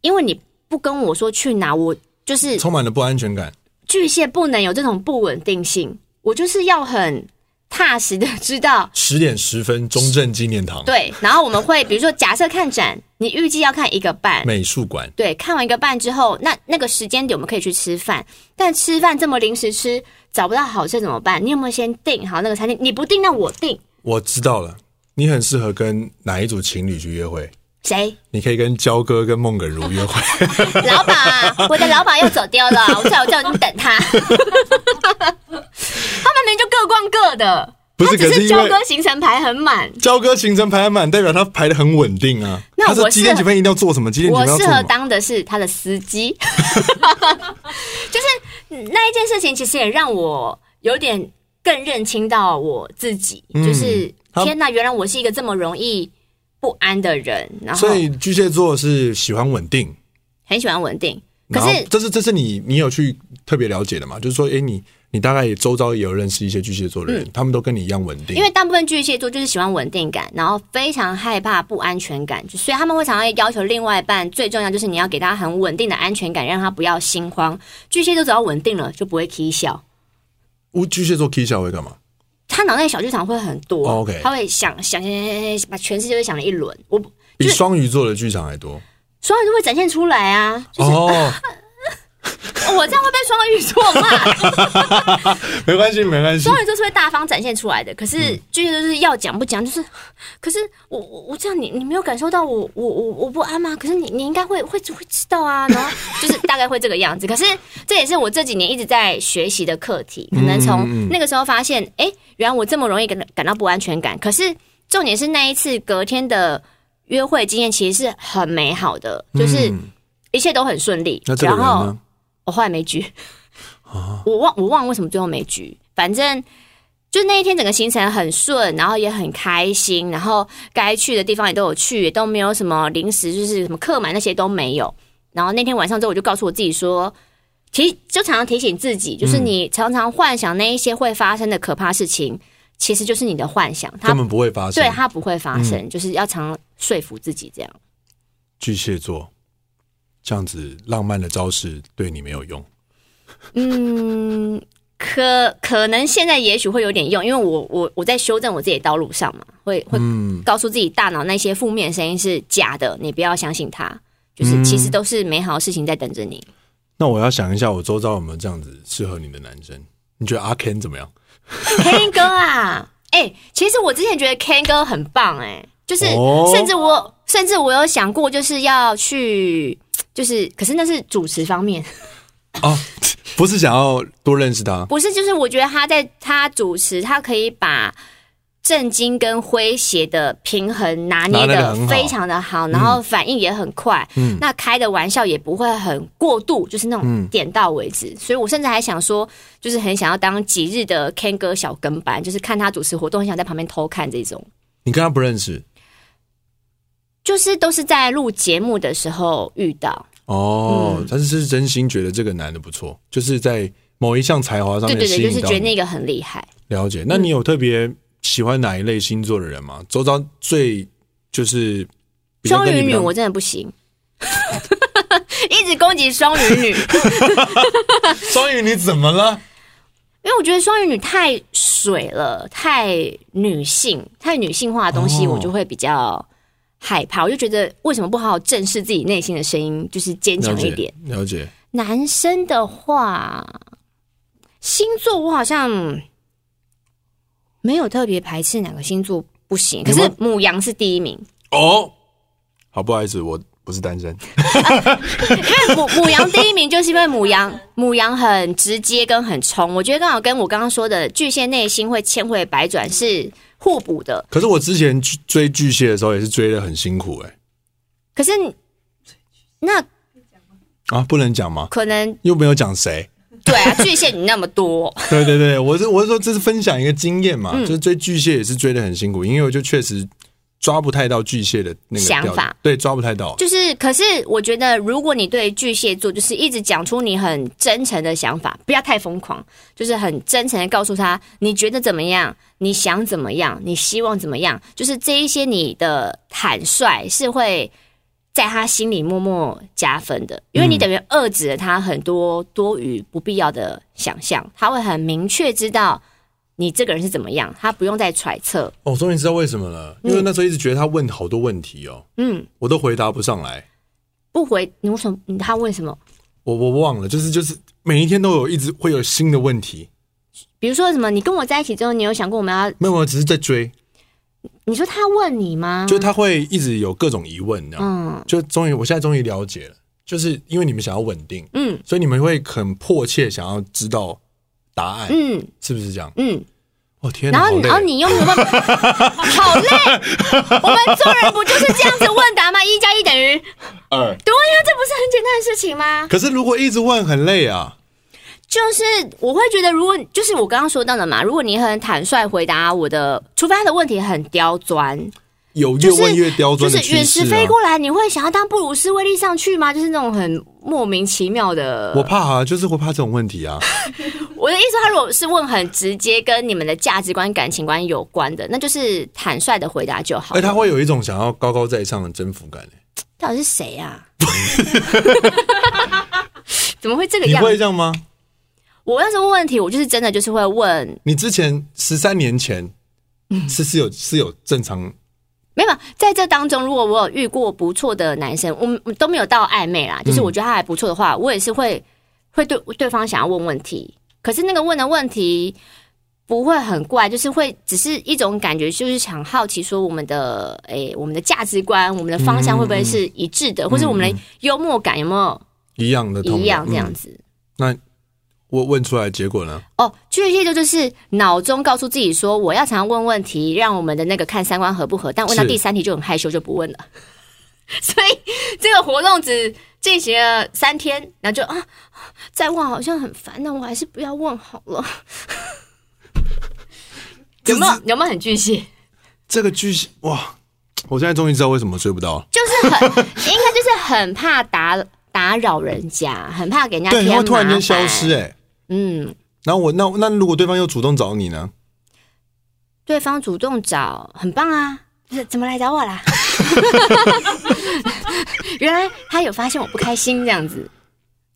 因为你不跟我说去哪，我就是充满了不安全感。巨蟹不能有这种不稳定性，我就是要很踏实的知道。十点十分，中正纪念堂对，然后我们会比如说，假设看展，你预计要看一个半，美术馆，对，看完一个半之后，那那个时间点我们可以去吃饭，但吃饭这么临时吃，找不到好吃怎么办？你有没有先订好那个餐厅？你不订，那我 订。我知道了。你很适合跟哪一组情侣去约会？谁？你可以跟焦哥跟孟耿如约 会。老板，啊我的老板又走丢了，我叫我叫 你等他。他们明明就各逛各的，不是他只可是因为是交割行程排很满。焦哥行程排得满，代表他排的很稳定啊。那他我是几点适合几分一定要做什么，几点几我分要做适什合么？当的是他的司机， 就是那一件事情，其实也让我有点更认清到我自己，就是嗯他天哪，原来我是一个这么容易不安的人，然后所以巨蟹座是喜欢稳定，很喜欢稳定，可然是后这是这是你你有去特别了解的嘛？就是说，哎，你你大概也周遭也有认识一些巨蟹座的人，他们都跟你一样稳定，嗯因为大部分巨蟹座就是喜欢稳定感，然后非常害怕不安全感，就所以他们会常常要求另外一半，最重要就是你要给他很稳定的安全感，让他不要心慌。巨蟹座只要稳定了，就不会 k 笑。乌巨蟹座 K 小会干嘛？他脑袋小剧场会很多 OK 他会想想想想想，把全世界都想了一轮。我比就是双鱼座的剧场还多双鱼座会展现出来啊，就是、 哦，我这样会被双鱼座骂。没关系，没关系双。鱼座是会大方展现出来的，可嗯是巨蟹座就是要讲不讲，就是，可是我我我这样你你没有感受到我我我我不安吗？可是你你应该会会会知道啊， 然后就是大概会这个样子。可是这也是我这几年一直在学习的课题，可能嗯从那个时候发现，哎、原来我这么容易感感到不安全感。可是重点是那一次隔天的约会经验其实是很美好的，就是嗯一切都很顺利。那这个然人后呢？我后来没局，啊 我忘我忘了为什么最后没局，反正。就那一天，整个行程很顺，然后也很开心，然后该去的地方也都有去，也都没有什么临时就是什么客满那些都没有。然后那天晚上之后，我就告诉我自己说，提就常常提醒自己，就是嗯你常常幻想那一些会发生的可怕事情，其实就是你的幻想，它根本不嗯会发生。对它不会发生，就是要常说服自己这样。巨蟹座这样子浪漫的招式对你没有用。嗯，可可能现在也许会有点用，因为我我我在修正我自己的道路上嘛，会会告诉自己大脑那些负面声音是假的，你不要相信它，就是其实都是美好的事情在等着你。 那我要想一下，我周遭有没有这样子适合你的男生？你觉得阿 Ken 怎么样？ Ken 哥啊，哎、其实我之前觉得 Ken 哥很棒、哎，就是哦甚至我甚至我有想过就是要去。就是，可是那是主持方面，哦，不是想要多认识他，不是，就是我觉得他在他主持，他可以把震惊跟诙谐的平衡拿捏拿捏得的很好非常的好，然后反应也很快，嗯那开的玩笑也不会很过度，就是那种嗯点到为止。所以我甚至还想说，就是很想要当几日的 Ken 哥小跟班，就是看他主持活动，很想在旁边偷看这种。你跟他不认识就是都是在录节目的时候遇到，哦，嗯但是是真心觉得这个男的不错，就是在某一项才华上对面对吸对，就是引到觉得你。那个很厉害。了解。那你有特别喜欢哪一类星座的人吗？周遭最就是比较双跟你鱼比女较我真的不行， 一直攻击双鱼女。双鱼你怎么了？因为我觉得双鱼女太水了，太女性，太女性化的东西，哦我就会比较害怕。我就觉得为什么不好好正视自己内心的声音，就是坚了强一解点。了解。男生的话，星座我好像没有特别排斥哪个星座不行，可你是们母羊是第一名， 哦，好，不好意思，我不是单身。因为母母羊第一名就是因为母羊母羊很直接跟很冲，我觉得刚好跟我刚刚说的巨蟹内心会千回百转是互补的。可是我之前去追巨蟹的时候也是追的很辛苦哎、可是你那啊，不能讲吗？可能又没有讲谁。对啊，巨蟹你那么多，对对对，我是我是说这是分享一个经验嘛，嗯就是追巨蟹也是追的很辛苦，因为我就确实抓不太到巨蟹的那个想调法，对，抓不太到。 就是可是我觉得，如果你对巨蟹座就是一直讲出你很真诚的想法，不要太疯狂，就是很真诚的告诉他你觉得怎么样，你想怎么样，你希望怎么样，就是这一些你的坦率是会。在他心里默默加分的，因为你等于遏制了他很多多余不必要的想象，他会很明确知道你这个人是怎么样，他不用再揣测。哦，我终于知道为什么了，因为那时候一直觉得他问好多问题哦，嗯，我都回答不上来，不回，你为什么？你他问什么？我我忘了，就是就是每一天都有一直会有新的问题，比如说什么？你跟我在一起之后，你有想过我们要？没有，没有只是在追，嗯你说他问你吗？就是他会一直有各种疑问，你知道吗？嗯就终于，我现在终于了解了，就是因为你们想要稳定，嗯所以你们会很迫切想要知道答案，嗯是不是这样？嗯，哦天哪，然好后累然后你又没 有办法，好累。我们做人不就是这样子问答吗？一加一等于，二，对呀、这不是很简单的事情吗？可是如果一直问很累啊，就是我会觉得，如果就是我刚刚说到的嘛，如果你很坦率回答我的，除非他的问题很刁钻，有越就是问越刁就钻的是趋陨势、石啊。飞过来，你会想要当布鲁斯威利上去吗？就是那种很莫名其妙的。我怕啊，就是会怕这种问题啊。我的意思，他如果是问很直接跟你们的价值观、感情观有关的，那就是坦率的回答就好哎，。他会有一种想要高高在上的征服感、欸到底是谁啊？ 怎么会这个你样会子？这样吗？我要是问问题，我就是真的就是会问，你之前十三年前嗯是是有是有正常没有在这当中，如果我有遇过不错的男生，我们我们都没有到暧昧啦，嗯就是我觉得他还不错的话，我也是会会对对方想要问问题，可是那个问的问题不会很怪，就是会只是一种感觉，就是想好奇说我们的诶、我们的价值观、我们的方嗯向会不会是一致的，或者我们的幽默感有没有一样嗯的痛一样这样嗯子。我问出来的结果呢？哦，巨蟹座就是脑中告诉自己说，我要常问问题，让我们的那个看三观合不合。但问到是第三题就很害羞，就不问了。 所以这个活动只进行了三天，然后就啊，再问好像很烦，那我还是不要问好了。有没有有没有很巨蟹？这个巨蟹哇！我现在终于知道为什么追不到了。就是很应该就是很怕打打扰人家，很怕给人家对，添他麻会烦。突然间消失、哎、嗯，然后我那那如果对方又主动找你呢？对方主动找，很棒啊！就是怎么来找我 啦？原来他有发现我不开心，这样子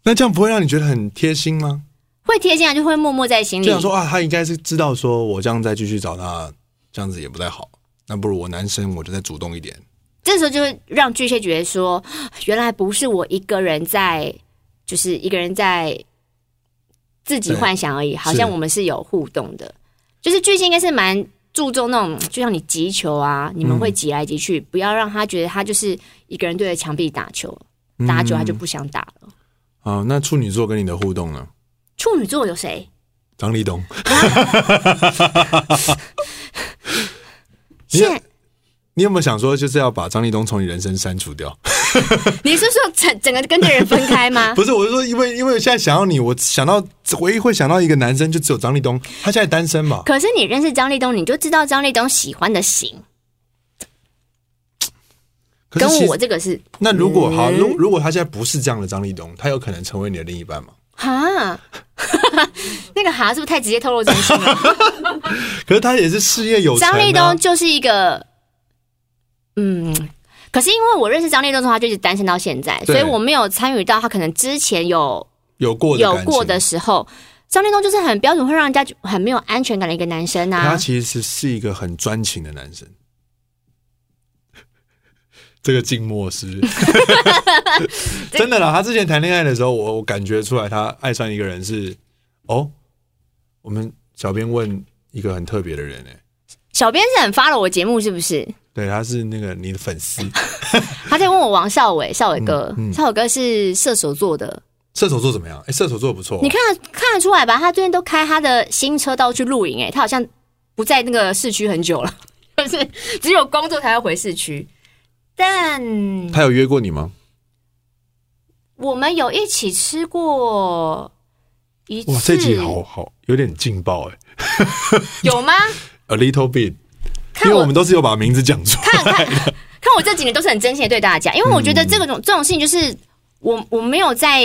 那这样不会让你觉得很贴心吗？会贴心啊，就会默默在心里。就想说啊，他应该是知道说我这样再继续找他，这样子也不太好。那不如我男生我就再主动一点。这时候就会让巨蟹觉得说，原来不是我一个人在，就是一个人在自己对幻想而已，好像我们是有互动的。就是巨蟹应该是蛮注重那种，就像你击球啊，你嗯们会击来击去，不要让他觉得他就是一个人对着墙壁打球，嗯打久他就不想打了。啊，那处女座跟你的互动呢？处女座有谁？张立 东，你现在你有没有想说就是要把张立东从你人生删除掉？ 你是说整整个跟这人分开吗？不是，我是说，因为因为我现在想到你，我想到唯一会想到一个男生就只有张立东，他现在单身嘛。可是你认识张立东，你就知道张立东喜欢的型可跟是其实我这嗯个是那如果好，如如果他现在不是这样的张立东，他有可能成为你的另一半吗？哈， 那个哈是不是太直接透露真心了？可是他也是事业有成、啊。张立东就是一个，嗯，可是因为我认识张立东的话，他就是单身到现在，对所以我没有参与到他可能之前有有过的有感情啊过的，时候。张立东就是很标准，会让人家就很没有安全感的一个男生他啊。其实是一个很专情的男生。 这个静默是 真的啦。他之前谈恋爱的时候，我我感觉出来他爱上一个人是哦，我们小编问一个很特别的人哎、小编是很发了我节目是不是？对，他是那个你的粉丝，他在问我王少伟，少伟哥，嗯嗯少伟哥是射手座的，射手座怎么样？哎、射手座不错、你看看得出来吧？他最近都开他的新车道去露营，哎，他好像不在那个市区很久了， 就是只有工作才会回市区。但他有约过你吗？我们有一起吃过一次，哇，这集好好有点劲爆哎、有吗？ a little bit，因看为我我们都是有把名字讲出来。看看看我这几年都是很真心的对大家，嗯因为我觉得这个种这种事情就是我我没有在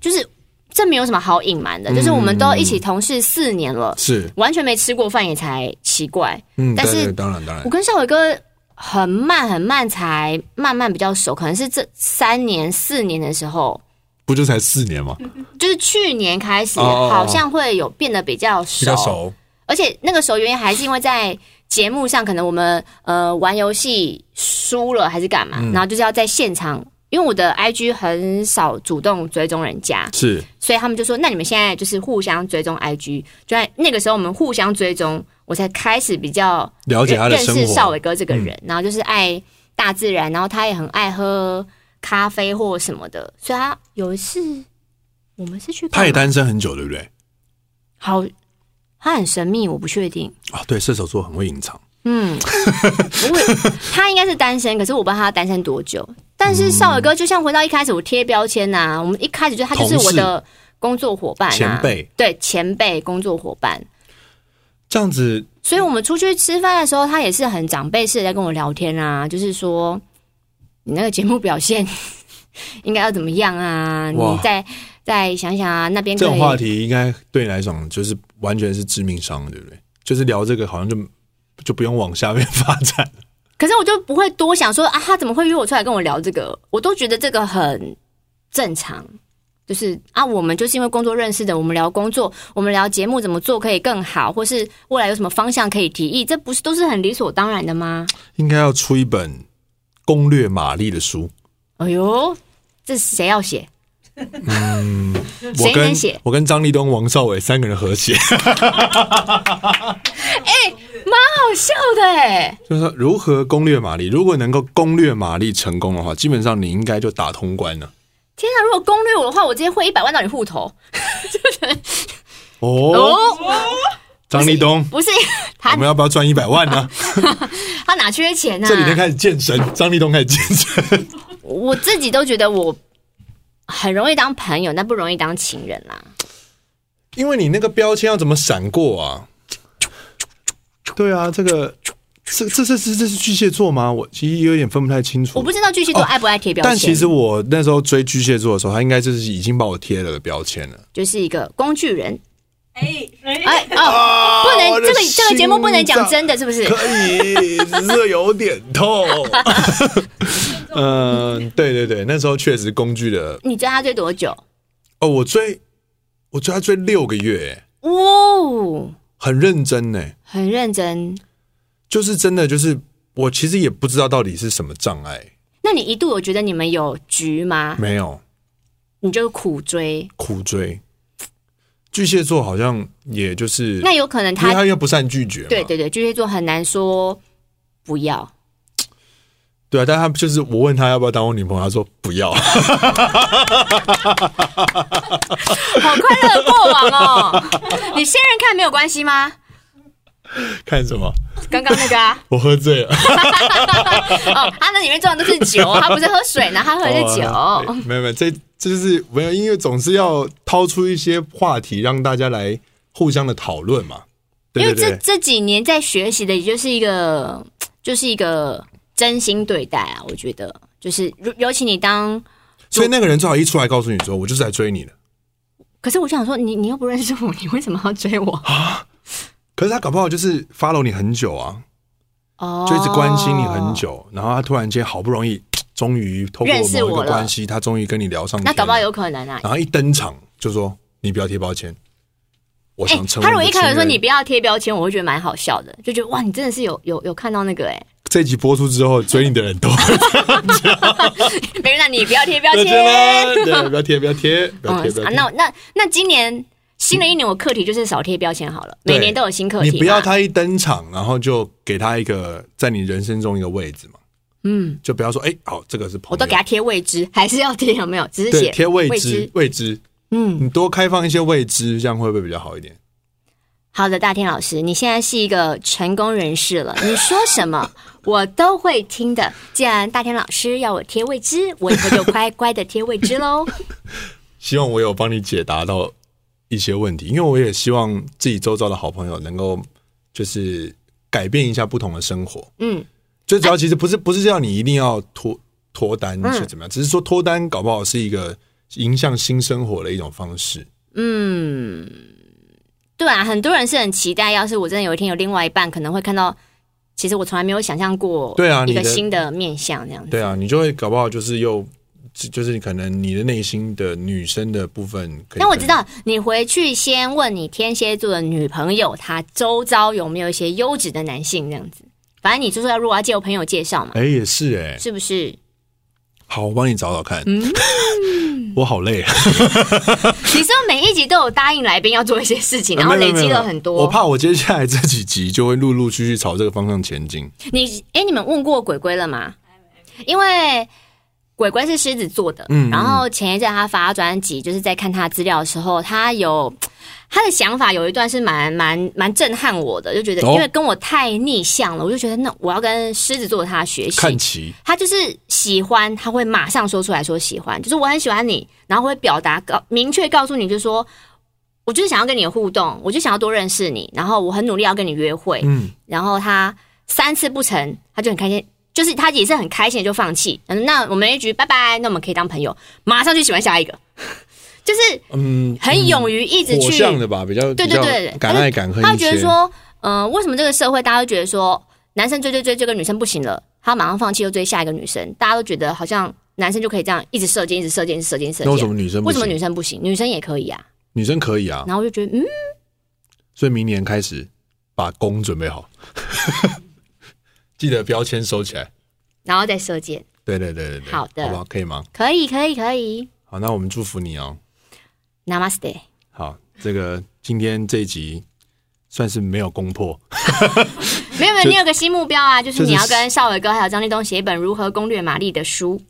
就是这没有什么好隐瞒的，就是我们都一起同事四年了，是，完全没吃过饭也才奇怪。嗯，但对是对，当然当然我，跟少伟哥很慢很慢才慢慢比较熟，可能是这三年四年的时候，不就才四年吗？就是去年开始，哦哦哦好像会有变得比较熟，比较熟，而且那个熟原因还是因为在节目上，可能我们呃玩游戏输了还是干嘛，嗯然后就是要在现场。因为我的 IG 很少主动追踪人家，是所以他们就说：“那你们现在就是互相追踪 IG。”就在那个时候，我们互相追踪，我才开始比较了解他的认生识少活。嗯伟哥这个人，然后就是爱大自然，然后他也很爱喝咖啡或什么的，所以他有一次我们是去干嘛他也单身很久，对不对？好，他很神秘，我不确定。啊，对，射手座很会隐藏。嗯，我他应该是单身，可是我不知道他单身多久。但是少嗯伟哥就像回到一开始我贴标签呐、我们一开始就他就是我的工作伙伴、啊、同事前辈，对前辈工作伙伴。这样子所以我们出去吃饭的时候，他也是很长辈式地在跟我聊天啊，就是说你那个节目表现 应该要怎么样啊？你哇再再想想啊，那边这可种以话题，应该对你来讲就是完全是致命伤，对不对？就是聊这个，好像就就不用往下面发展。 可是我就不会多想说啊，他怎么会约我出来跟我聊这个？我都觉得这个很正常，就是啊，我们就是因为工作认识的，我们聊工作，我们聊节目怎么做可以更好，或是未来有什么方向可以提议，这不是都是很理所当然的吗？应该要出一本攻略玛丽的书。哎呦，这谁要写？我谁跟能写我跟张立东、王少伟三个人合写， 好笑的哎、就是说如何攻略玛丽。如果能够攻略玛丽成功的话，基本上你应该就打通关了。天啊！如果攻略我的话，我直接汇一百万到你户头哦，哦。张立东，不啊是 我他，们要不要赚一百万呢？他哪缺钱啊呢、这几天开始健身，张立东开始健身。我自己都觉得我很容易当朋友，但不容易当情人啦。因为你那个标签要怎么闪过啊？对啊，这个这这这这这是巨蟹座吗？我其实有点分不太清楚。我不知道巨蟹座哦爱不爱贴标签，但其实我那时候追巨蟹座的时候，他应该就是已经把我贴了个标签了。就是一个工 具人。哎哎，哎哦，不啊我能的这个这个节目不能心讲脏真的，是不是？以，只是有点 痛。嗯，对对对，那时候确实工具的你追他追多久？哦，我追我追他追六个月，哇、很认真呢。很认真。就是真的，就是我其实也不知道到底是什么障碍，那你一度有觉得你们有局吗？没有。你就苦追，苦追。巨蟹座好像也就是，那有可能因为他他又不善拒绝嘛，对对对，巨蟹座很难说不要。对啊，但他就是我问他要不要当我女朋友，他说不要， 好快乐的过往哦！ 你现任看没有关系吗？看什么？刚刚那个啊，我喝醉了，哦，他那里面装的都是酒，哦他不是喝水呢，他 喝的是酒。哦对没有没有，这这就是没有，因为总是要掏出一些话题让大家来互相的讨论嘛，对因为对这对，这几年在学习的，也就是一个，就是一个真心对待啊。我觉得，就是如尤其你当，所以那个人最好一出来告诉你说，我就是来追你的，可是我就想说，你你又不认识我，你为什么要追我？可是他搞不好就是 follow 你很久啊，哦 就一直关心你很。久，然后他突然间好不容易，终于透过认识某一我个了关系，他终于跟你聊上天了，那搞不好有可能啊。然后一登场就说：“你不要贴标签，我哎、想成为他你如的果一情人。开始说你不要贴标签，我会觉得蛮好笑的，就觉得哇，你真的是有有有看到那个哎、 这集播出之后，追你的人都标没人让你不要贴标签。啦，对，不要贴，不要贴，不要贴，不要啊，贴。那那那今年新的一年我课题就是少贴标签好了，对每年都有新课题你嘛。不要他一登场，然后就给他一个在你人生中一个位置嘛，嗯，就不要说哎，好，这个是朋友，我都给他贴未知，还是要贴有没有？只是对写贴位置，位置，嗯，你多开放一些位置，这样会不会比较好一点？好的，大天老师，你现在是一个成功人士了，你说 什么我都会听的。既然大天老师要我贴未知，我以后就乖乖的贴未知 喽。希望我有帮你解答到一些问题，因为我也希望自己周遭的好朋友能够就是改变一下不同的生活。嗯，最主要其实不是不是叫你一定要脱脱单是怎么样，只是说脱单搞不好是一个迎向新生活的一种方式。嗯对啊，很多人是很期待，要是我真的有一天有另外一半，可能会看到，其实我从来没有想象过，对啊一个你的新的面相这样子。对啊，你就会搞不好就是又就就是你可能你的内心的女生的部分可以。那我知，道，你回去先问你天蝎座的女朋友，她周遭有没有一些优质的男性这样子。反正你就说要如果要借我朋友介绍嘛，哎、也是哎、是不是？好，我帮你找找看。嗯 我好累啊，你是不是每一集都有答应来宾要做一些事情，然后呃没累有没有积没有了很多。我怕我接下来这几集就会陆陆续续朝这个方向前 进。你哎，你们问过鬼鬼了吗？因为鬼鬼是狮子座的，嗯然后前一阵他发专辑，就是在看他资料的时候，他有他的想法，有一段是蛮蛮蛮震撼我的，就觉得哦因为跟我太逆向了，我就觉得那我要跟狮子座的他学习。看齐，他就是喜欢，他会马上说出来说喜欢，就是我很喜欢你，然后会表达告明确告诉你，就是说我就是想要跟你有互动，我就想要多认识你，然后我很努力要跟你约会，嗯，然后他三次不成，他就很开心，就是他也是很开心地就放弃。嗯，那我们一局拜拜，那我们可以当朋友，马上去喜欢下一个，就是嗯，很勇于一直火去，象的吧，比较对比对较对，敢爱敢恨他一觉些得，说，嗯、为什么这个社会大家都觉得说男生追追追这个女生不行了，他马上放弃又追下一个女生，大家都觉得好像男生就可以这样一直射箭，一直射箭，一直射箭，一直射箭。那为什么女生不为什么行女生不行？女生也可以啊。女生可以啊？然后我就觉得，嗯，所以明年开始把弓准备好， 记得标签收起来。然后再射箭，对对对对对，好的好不好？可以吗？可以，可以，可以。好，那我们祝福你哦。 Namaste。好，这个今天这一集算是没有攻破，没有没有，你有个新目标啊，就是就是你要跟邵伟哥还有张立东写一本《如何攻略玛丽》的书。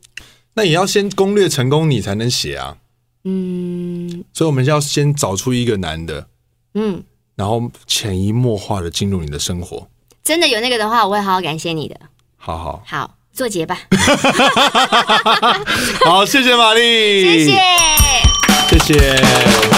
那也要先攻略成功，你才能写啊。嗯所以我们要先找出一个男的，嗯，然后潜移默化的进入你的生活。真的有那个的话，我会好好感谢你的。好 好好，做结吧，好，谢谢玛丽，谢谢。谢谢哦